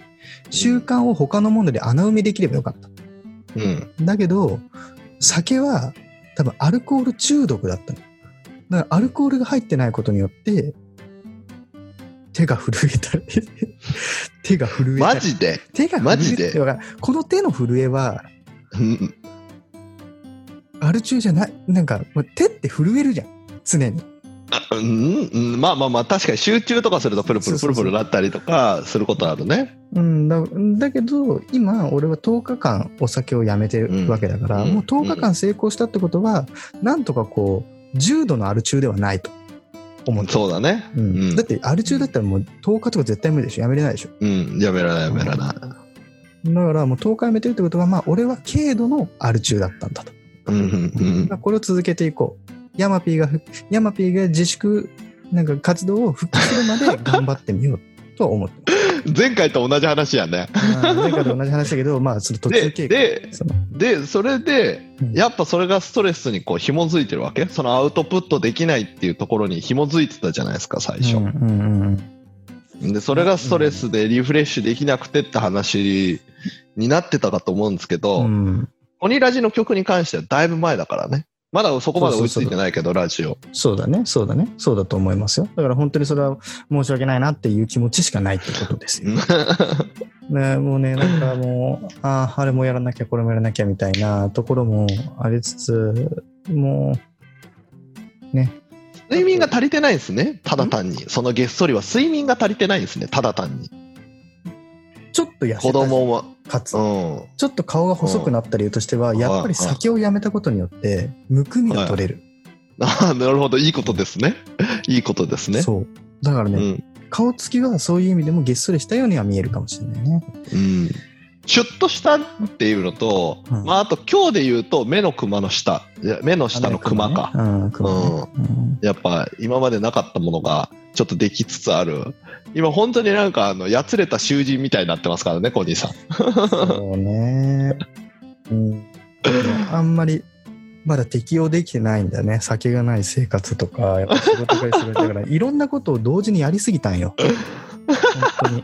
Speaker 1: 習慣を他のもので穴埋めできればよかった
Speaker 2: うん。
Speaker 1: だけど酒は多分アルコール中毒だったのだからアルコールが入ってないことによって手が震えたり 手が震えたり
Speaker 2: マジで。
Speaker 1: 手が震えたり
Speaker 2: マジで
Speaker 1: だからこの手の震えは
Speaker 2: うん
Speaker 1: アル中じゃないなんかまあ手って震えるじゃん常に
Speaker 2: うん、うんまあまあまあ、確かに集中とかすると、プルプルプルプルなったりとか、することあるね。
Speaker 1: うん、だだけど今俺は10日間お酒をやめてるわけだから、
Speaker 2: うん
Speaker 1: もう10日間成功したってことは、なんとかこう重度のアル中ではないと思ってる、
Speaker 2: そうだね。う
Speaker 1: うんだっ
Speaker 2: ん。
Speaker 1: てアル中だったらもう10日とか絶対無理でしょやめれないでしょ
Speaker 2: うん。やめられない、やめられない。
Speaker 1: だからもう10日やめてるってことはまあ俺は軽度のアル中だったんだと、
Speaker 2: うんうんうん
Speaker 1: まあこれを続けていこうヤマピーがふヤマピーが自粛なんか活動を復帰するまで頑張ってみようとは思って ます
Speaker 2: 前回と同じ話やね。
Speaker 1: まあ前回と同じ話だけどまあその途中
Speaker 2: で、
Speaker 1: 経過
Speaker 2: で、
Speaker 1: その
Speaker 2: で、それで、
Speaker 1: うん
Speaker 2: やっぱそれがストレスにこう紐づいてるわけそのアウトプットできないっていうところに紐づいてたじゃないですか、最初。
Speaker 1: うんうんうんうん
Speaker 2: で、それがストレスでリフレッシュできなくてって話になってたかと思うんですけど、
Speaker 1: うん、
Speaker 2: オニラジの曲に関してはだいぶ前だからね。まだそこまで追いついてないけど、ラジオ。
Speaker 1: そうだね、そうだね、そうだと思いますよ。だから本当にそれは申し訳ないなっていう気持ちしかないってことですよ。ね、もうね、なんかもう、ああ、あれもやらなきゃ、これもやらなきゃみたいなところもありつつ、も
Speaker 2: 睡眠が足りてないんですね、ただ単に。そのげっそりは睡眠が足りてないんですね、ただ単に。
Speaker 1: う、ちょっと痩せた
Speaker 2: 子供も。
Speaker 1: かつ、
Speaker 2: うん。
Speaker 1: ちょっと顔が細くなった理由としては、
Speaker 2: うん
Speaker 1: やっぱり酒をやめたことによって、むくみが取れる。
Speaker 2: ああ、なるほど。いいことですね。 いいことですね。
Speaker 1: そう。だから
Speaker 2: う
Speaker 1: ね、
Speaker 2: ん。
Speaker 1: 顔つきはそういう意味でもげっそりしたようには見えるかもしれないね。
Speaker 2: うん。シュッとしたっていうのと、
Speaker 1: うん
Speaker 2: まあ、あと今日で言うと、目のクマの下。いや目の下のクマか。
Speaker 1: ね。うん、クマね。うん
Speaker 2: やっぱ今までなかったものがちょっとできつつある。今本当になんかあの、やつれた囚人みたいになってますからね、コニーさん。
Speaker 1: そうね。うん。あんまり、まだ適応できてないんだよね。酒がない生活とか、やっぱ仕事が忙しいだから、いろんなことを同時にやりすぎたんよ。本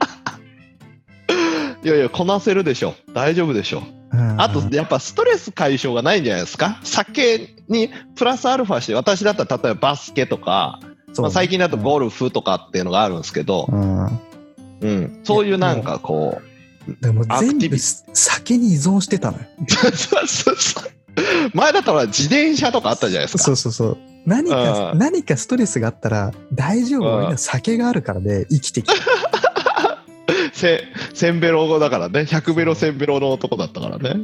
Speaker 2: いやいや、こなせるでしょ。大丈夫でしょ。
Speaker 1: 当に。うん
Speaker 2: あと、やっぱストレス解消がないんじゃないですか。酒にプラスアルファして、私だったら例えばバスケとか、まあ、最近だとゴルフとかっていうのがあるんですけど、
Speaker 1: うん。
Speaker 2: うん、そういうなんかこう、
Speaker 1: でも
Speaker 2: ア
Speaker 1: 全
Speaker 2: クティ
Speaker 1: 部
Speaker 2: ビ
Speaker 1: 酒に依存してたのよ。
Speaker 2: そうそうそう 前だったら自転車とかあったじゃないですか。
Speaker 1: そうそうそう。何か、
Speaker 2: うん
Speaker 1: 何かストレスがあったら、大丈夫、
Speaker 2: うん
Speaker 1: みんな酒があるからで生きてきた。
Speaker 2: せせんべろ語だからね100ベロせんべろの男だったからね、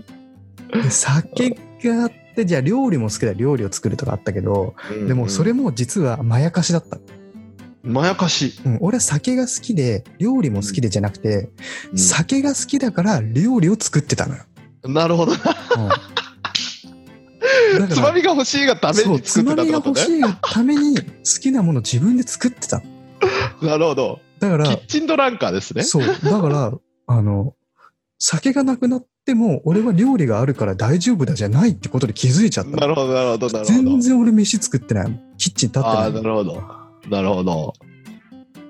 Speaker 1: 酒があって、じゃあ料理も好きだ、料理を作るとかあったけど、でもそれも実はまやかしだった。
Speaker 2: まやかし、
Speaker 1: うん、俺は酒が好きで、料理も好きでじゃなくて、
Speaker 2: うん
Speaker 1: 酒が好きだから料理を作ってたのよ。
Speaker 2: なるほどな
Speaker 1: うんだ
Speaker 2: つ
Speaker 1: か
Speaker 2: ま
Speaker 1: ら
Speaker 2: みが欲しいがため
Speaker 1: そう
Speaker 2: に
Speaker 1: つ
Speaker 2: 作っ
Speaker 1: ま
Speaker 2: てた
Speaker 1: み
Speaker 2: って
Speaker 1: が
Speaker 2: こ
Speaker 1: 欲
Speaker 2: と
Speaker 1: し
Speaker 2: ね
Speaker 1: いがために好きなものを自分で作ってた。
Speaker 2: なるほど
Speaker 1: だか
Speaker 2: キ
Speaker 1: ら
Speaker 2: ッ、チンドランカーですね
Speaker 1: そう。だから、あの、酒がなくなっても、俺は料理があるから大丈夫だじゃないってことで気づいちゃったの。
Speaker 2: なるほどなるほどなるほど
Speaker 1: 全然俺飯作ってないもん。キッチン立って
Speaker 2: あ
Speaker 1: な
Speaker 2: あ
Speaker 1: いも。
Speaker 2: なんるほどなるほど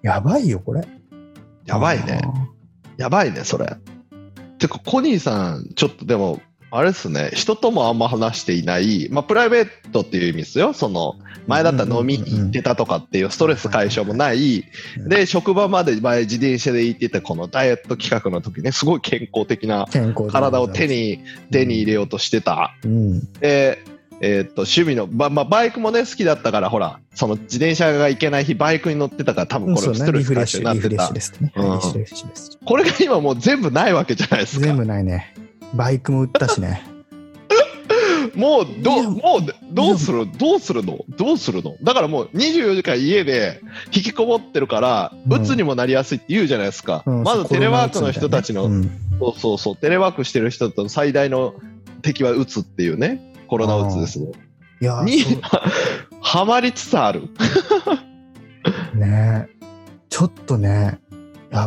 Speaker 1: やばいよ、これ。
Speaker 2: やばいね
Speaker 1: あー。
Speaker 2: やばいねそれてかコニーさんちょっとでもあれですね人ともあんま話していない、まあ、プライベートっていう意味ですよその前だったら飲みに行ってたとかっていうストレス解消もない
Speaker 1: うん
Speaker 2: で職場まで前自転車で行ってたこのダイエット企画の時ねすごい健康的な
Speaker 1: 健康で
Speaker 2: 体を手に手に入れようとしてた
Speaker 1: うん。
Speaker 2: で、えーっと趣味の、ばまあ、バイクもね好きだったからほらその自転車が行けない日バイクに乗ってたから多
Speaker 1: う
Speaker 2: 分
Speaker 1: ん、
Speaker 2: これ
Speaker 1: そう
Speaker 2: もスト
Speaker 1: ね。
Speaker 2: レ
Speaker 1: リ
Speaker 2: ス
Speaker 1: フレッ
Speaker 2: 解
Speaker 1: シ
Speaker 2: 消
Speaker 1: ュ、
Speaker 2: になっ
Speaker 1: リフレ
Speaker 2: て
Speaker 1: ッ
Speaker 2: た
Speaker 1: シュですね。
Speaker 2: うん
Speaker 1: はいリフレッシュです。
Speaker 2: これが今もう全部ないわけじゃないですか
Speaker 1: 全部ないね。バイクも売ったしね。
Speaker 2: もう
Speaker 1: い
Speaker 2: ど
Speaker 1: や
Speaker 2: うもうどうするどうするのどうするのだからもう24時間家で引きこもってるから
Speaker 1: うん
Speaker 2: 鬱にもなりやすいって言うじゃないですか、
Speaker 1: うん
Speaker 2: まず
Speaker 1: そう
Speaker 2: テレワークの人たちの、
Speaker 1: コロナうつみ
Speaker 2: そうそうそうテレワークしてる人との最大の敵は鬱っていうねコロナ鬱ですね
Speaker 1: たいなねうんい
Speaker 2: に
Speaker 1: や ーそ
Speaker 2: はまりつつある
Speaker 1: うね。ちょっとね。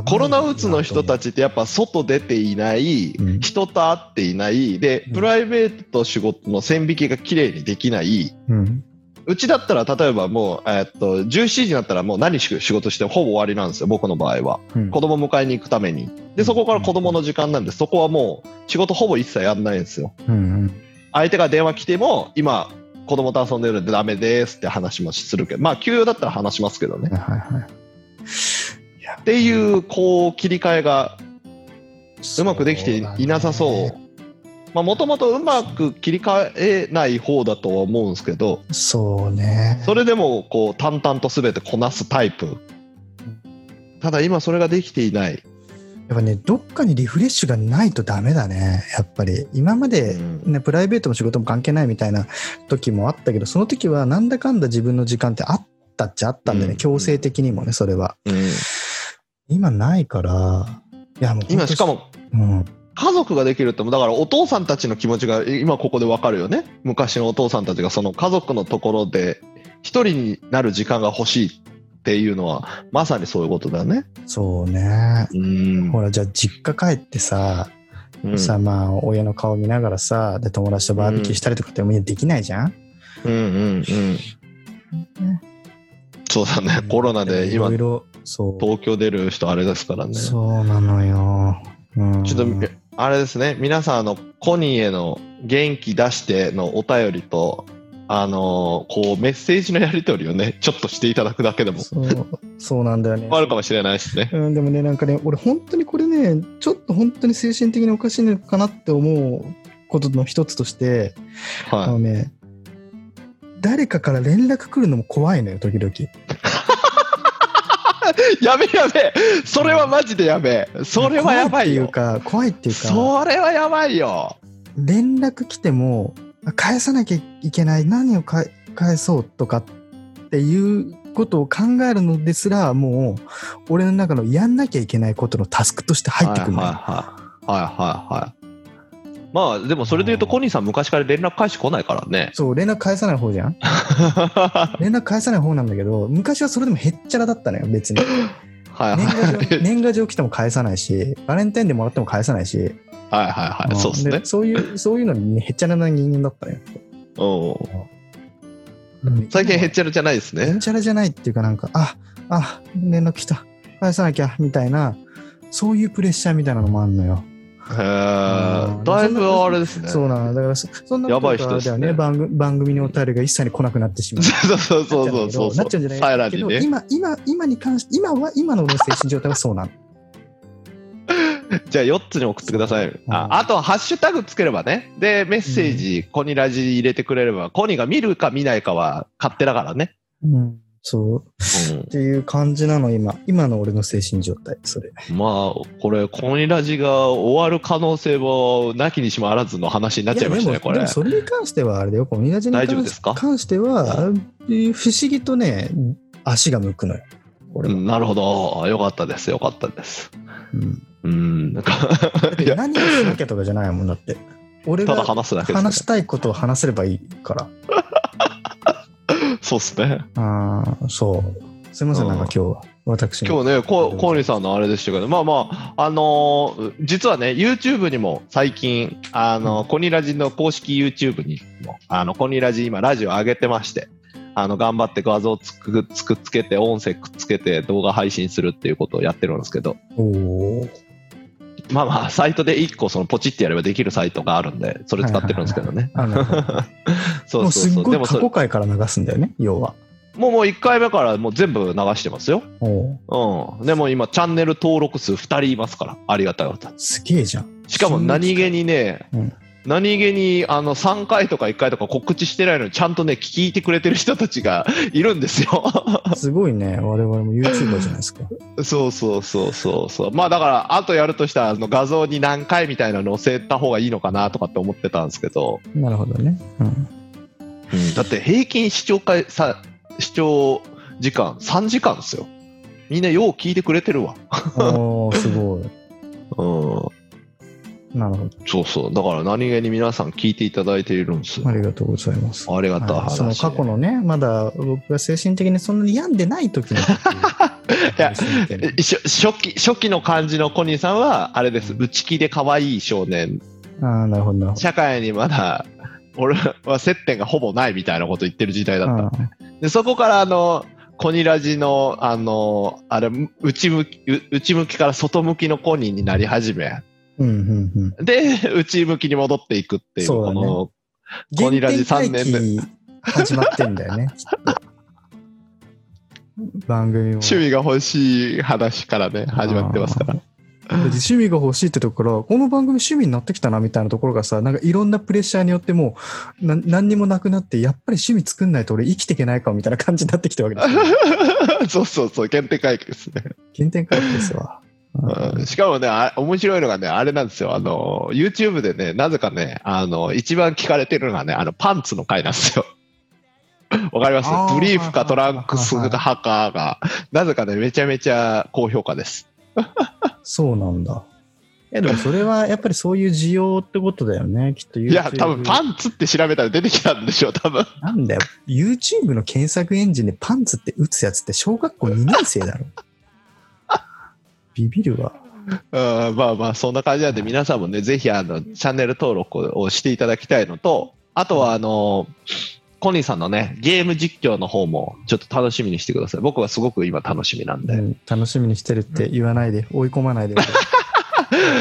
Speaker 2: コロナうつの人た
Speaker 1: ち。
Speaker 2: ちってやっぱ外出ていない、
Speaker 1: うん
Speaker 2: 人と会っていないで
Speaker 1: うん
Speaker 2: プライベートと仕事の線引きが綺麗にできない、
Speaker 1: うん。
Speaker 2: うちだったら例えばもう、えーっと17時になったらもう何し仕事してもほぼ終わりなんですよ僕の場合は
Speaker 1: うん
Speaker 2: 子供迎えに行くためにでそこから子供の時間なんでそこはもう仕事ほぼ一切やんないんですよ
Speaker 1: うん
Speaker 2: 相手が電話来ても今子供と遊んでるんでダメですって話もするけどまあ休養だったら話しますけど
Speaker 1: う
Speaker 2: ね
Speaker 1: ん。はいはい。
Speaker 2: っていうこう切り替えがうまくできていなさそうまあもともとうまく切り替えない方だとは思うんですけど
Speaker 1: う。そうね。
Speaker 2: それでもこう淡々と全てこなすタイプただ今それができていない、
Speaker 1: やっぱね、どっかにリフレッシュがないとダメだね。やっぱり。今まで、ね、プライベートも仕事も関係ないみたいな時もあったけど、その時はなんだかんだ自分の時間ってあったっちゃあったんだよね。
Speaker 2: うん
Speaker 1: 強制的にもね、それは。
Speaker 2: うん
Speaker 1: 今ないから、いやもう本当
Speaker 2: 今しか、も
Speaker 1: うん、
Speaker 2: 家族ができるってもだからお父さんたちの気持ちが今ここでわかるよね昔のお父さんたちがその家族のところで一人になる時間が欲しいっていうのはまさにそういうことだよね
Speaker 1: そうね。
Speaker 2: うん
Speaker 1: ほら、じゃあ実家帰ってさ、
Speaker 2: うん
Speaker 1: さ、まあ、親の顔見ながらさ、で、友達とバーベキューしたりとかってもうできないじゃん、
Speaker 2: うんうんうんそうだねコロナで今
Speaker 1: いろいろ、そう。
Speaker 2: 東京出る人あれですからね
Speaker 1: そうなのよ。うん、
Speaker 2: ちょっと、あれですね、皆さん、あの、コニーへの元気出してのお便りと、あのーこう、メッセージのやり取りをね、ちょっとしていただくだけでも、
Speaker 1: そう、そうなんだよね。
Speaker 2: あるかもしれないですね。
Speaker 1: うん、でもね、なんかね、俺、本当にこれね、ちょっと本当に精神的におかしいのかなって思うことの一つとして、あ
Speaker 2: は
Speaker 1: のね、誰かから連絡来るのも怖いのよ、時々。
Speaker 2: い。やべえやべえそれはマジでやべえそれはやばいよ
Speaker 1: 怖いっていうか、怖いっていうか、
Speaker 2: それはやばいよ
Speaker 1: 連絡来ても、あ返さなきゃいけない、何をか返そうとかっていうことを考えるのですら、もう、俺の中のやんなきゃいけないことのタスクとして入ってくるのよ。。
Speaker 2: はいはいはい。はいはいはい。まあ、でもそれで言うと、コニーさん、昔から連絡返してこないからね
Speaker 1: そう、連絡返さない方じ ゃん
Speaker 2: は
Speaker 1: 連絡返さない方なんだけど昔はそれでもへっちゃらだったのよ別に
Speaker 2: いはい。
Speaker 1: 年賀状
Speaker 2: はい
Speaker 1: 年賀状来ても返さないしバレンタインでもらっても返さないし
Speaker 2: はいはい。そうですね
Speaker 1: で。そういうそういうのにへっちゃらな人間だったのよ
Speaker 2: うん最近へっちゃらじゃないです
Speaker 1: へっ
Speaker 2: ね。
Speaker 1: ちゃらじゃないっていうかなんかああ連絡来た返さなきゃみたいなそういうプレッシャーみたいなのもあるのよ、
Speaker 2: へーだいぶあれですね。
Speaker 1: そうなのだからそそんなこと
Speaker 2: やばい人ですね
Speaker 1: だよね番組番組のお便りが一切来なくなってしまう
Speaker 2: そうそうそうそうそうそう。
Speaker 1: なっちゃうんじゃない
Speaker 2: さら
Speaker 1: け
Speaker 2: に
Speaker 1: ど、
Speaker 2: ね。
Speaker 1: 今、今、今に関して、今は、今の俺の精神状態はそうなの。
Speaker 2: じゃあ4つに送ってください。あ
Speaker 1: うん
Speaker 2: あとはハッシュタグつければね。で、メッセージ、コニラジ入れてくれれば、コニが見るか見ないかは勝手だからね。
Speaker 1: うん。そう。っていう感じなの、今。今の俺の精神状態、それ。
Speaker 2: うん、まあ、これ、コニラジが終わる可能性もなきにしもあらずの話になっちゃいました
Speaker 1: い
Speaker 2: ね、
Speaker 1: やで
Speaker 2: こ
Speaker 1: もで
Speaker 2: れ
Speaker 1: も。それに関しては、あれだよ、このニラジに関
Speaker 2: 大丈夫ですか
Speaker 1: 関しては、不思議とね、足が向くのよ。俺
Speaker 2: う
Speaker 1: は。
Speaker 2: んなるほど。よかったです。よかったです。
Speaker 1: うん
Speaker 2: うん。なんか いや
Speaker 1: 何をしなきゃとかじゃないもんだって。俺
Speaker 2: ただ
Speaker 1: が
Speaker 2: 話すだけです、ね。
Speaker 1: 話したいことを話せればいいから。
Speaker 2: そうですね。
Speaker 1: ああ、そう。すみません、
Speaker 2: うん
Speaker 1: なんか今日は。私の
Speaker 2: 今日ね、こ小西さんのあれでしたけど、まあまあ、あのー実はね、YouTube にも最近、あのコニラジの公式 YouTube にも、あの、コニラジ今、ラジオ上げてまして、あの、頑張って画像つく、つくっつけて、音声くっつけて、動画配信するっていうことをやってるんですけど、
Speaker 1: おー
Speaker 2: まあまあ、サイトで一個、その、ポチってやればできるサイトがあるんで、それ使ってるんですけどね。
Speaker 1: あの
Speaker 2: そ
Speaker 1: も
Speaker 2: う
Speaker 1: う
Speaker 2: そう
Speaker 1: す
Speaker 2: そ
Speaker 1: っ
Speaker 2: う。で
Speaker 1: ごい
Speaker 2: も
Speaker 1: 過
Speaker 2: そ
Speaker 1: 去
Speaker 2: れ、
Speaker 1: 回から流すんだよね、要は。
Speaker 2: もう、もう1回目からもう全部流してますよ。
Speaker 1: おー
Speaker 2: うん。でも今、チャンネル登録数2人いますから、ありがたいこと。
Speaker 1: すげえじゃん。
Speaker 2: しかも何気にね、
Speaker 1: うん
Speaker 2: 何気にあの3回とか1回とか告知してないのにちゃんとね聞いてくれてる人たちがいるんです よ
Speaker 1: すごいね、我々も YouTuber じゃない ですか。
Speaker 2: そうそうそうそうそうまあだからあとやるとしたらあの画像に何回みたいなの載せた方がいいのかなとかって思ってたんですけど、
Speaker 1: なるほどね。うん
Speaker 2: だって平均視聴回さ視聴時間3時間ですよみんなよう聞いてくれてるわ
Speaker 1: おーすごい。
Speaker 2: うん
Speaker 1: なるほ
Speaker 2: そうそうだから何気に皆さん聞いていただいているんです
Speaker 1: ど。あ
Speaker 2: よ
Speaker 1: りがとうございます。
Speaker 2: ありがたい
Speaker 1: はい
Speaker 2: 話
Speaker 1: その過去のね、まだ僕が精神的にそんなに病んでない時の。い
Speaker 2: や初初期初期の感じのコニーさんはあれです内気で可愛い少年
Speaker 1: ああ、なるほどなるほど。
Speaker 2: 社会にまだ 俺は接点がほぼないみたいなこと言ってる時代だった、
Speaker 1: うん
Speaker 2: でそこからあのコニラジのあのあれ内向きう内向きから外向きのコニーになり始め
Speaker 1: うんうんうん。
Speaker 2: で内向きに戻っていくっていう
Speaker 1: そう
Speaker 2: こ
Speaker 1: だね
Speaker 2: のゴニラジ3年目
Speaker 1: 始まってんだよね、きっ と。番組も。
Speaker 2: 趣味が欲しい話からね始まってますから
Speaker 1: だって趣味が欲しいってところから、この番組趣味になってきたなみたいなところがさ、なんかいろんなプレッシャーによってもう、な何にもなくなって、やっぱり趣味作んないと俺生きていけないかもみたいな感じになってきたわけですよ。
Speaker 2: そうそうそう限定回帰ですね
Speaker 1: 原点回帰ですわ。
Speaker 2: うんしかもね、あ面白いのがね、あれなんですよ。あの、YouTube でね、なぜかね、あの、一番聞かれてるのがね、あの、パンツの回なんですよ。 わかり
Speaker 1: あ
Speaker 2: ます
Speaker 1: ー
Speaker 2: ブリーフかトランクス
Speaker 1: はいはい
Speaker 2: 派かが、なぜかね、めちゃめちゃ高評価です。
Speaker 1: そうなんだ。いやでもそれはやっぱりそういう需要ってことだよね、きっと YouTube。
Speaker 2: いや、多分パンツって調べたら出てきたんでしょう、多分。
Speaker 1: なんだよ。YouTube の検索エンジンでパンツって打つやつって小学校2年生だ ろ。ビビるわ。
Speaker 2: うん、まあまあ、そんな感じなんで、皆さんもね、ぜひ、あの、チャンネル登録をしていただきたいのと、あとは、あの、コニーさんのね、ゲーム実況の方も、ちょっと楽しみにしてください。僕はすごく今楽しみなんで。
Speaker 1: うん楽しみにしてるって言わないで、追い込まないで。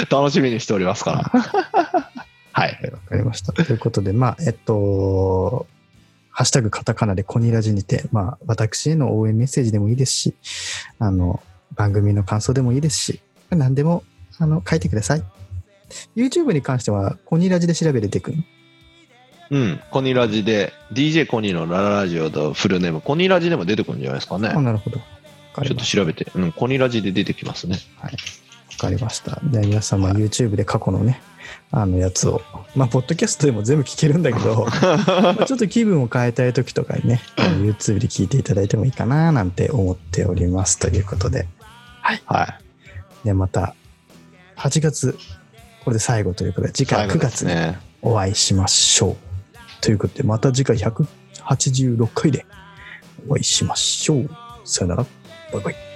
Speaker 2: 楽しみにしておりますから。 はい。
Speaker 1: わかりました。ということで、まあ、えっと、ハッシュタグカタカナでコニラジにて、まあ、私への応援メッセージでもいいですし、あの、番組の感想でもいいですし、何でも、あの、書いてください。YouTube に関しては、コニラジで調べて出てくる
Speaker 2: うん。コニラジで、DJ コニーのラララジオとフルネーム、コニラジでも出てくるんじゃないですかね
Speaker 1: あ、。なるほど。わか
Speaker 2: ち
Speaker 1: り
Speaker 2: ょっ
Speaker 1: ま
Speaker 2: と
Speaker 1: し
Speaker 2: 調べて。うん、コニラジで出てきますね。
Speaker 1: た。わかりました。で、皆さんも YouTube で過去のね、あのやつを、まあ、ポッドキャストでも全部聞けるんだけ ど、まあちょっと気分を変えたい時とかにね、あの YouTube で聞いていただいてもいいかななんて思っておりますということで。
Speaker 2: はい。
Speaker 1: で、また、8月、これで最後ということで、次回9
Speaker 2: 最後で
Speaker 1: 月
Speaker 2: す
Speaker 1: に
Speaker 2: ね。
Speaker 1: お会いしましょう。ということで、また次回186回でお会いしましょう。さよなら。バイバイ。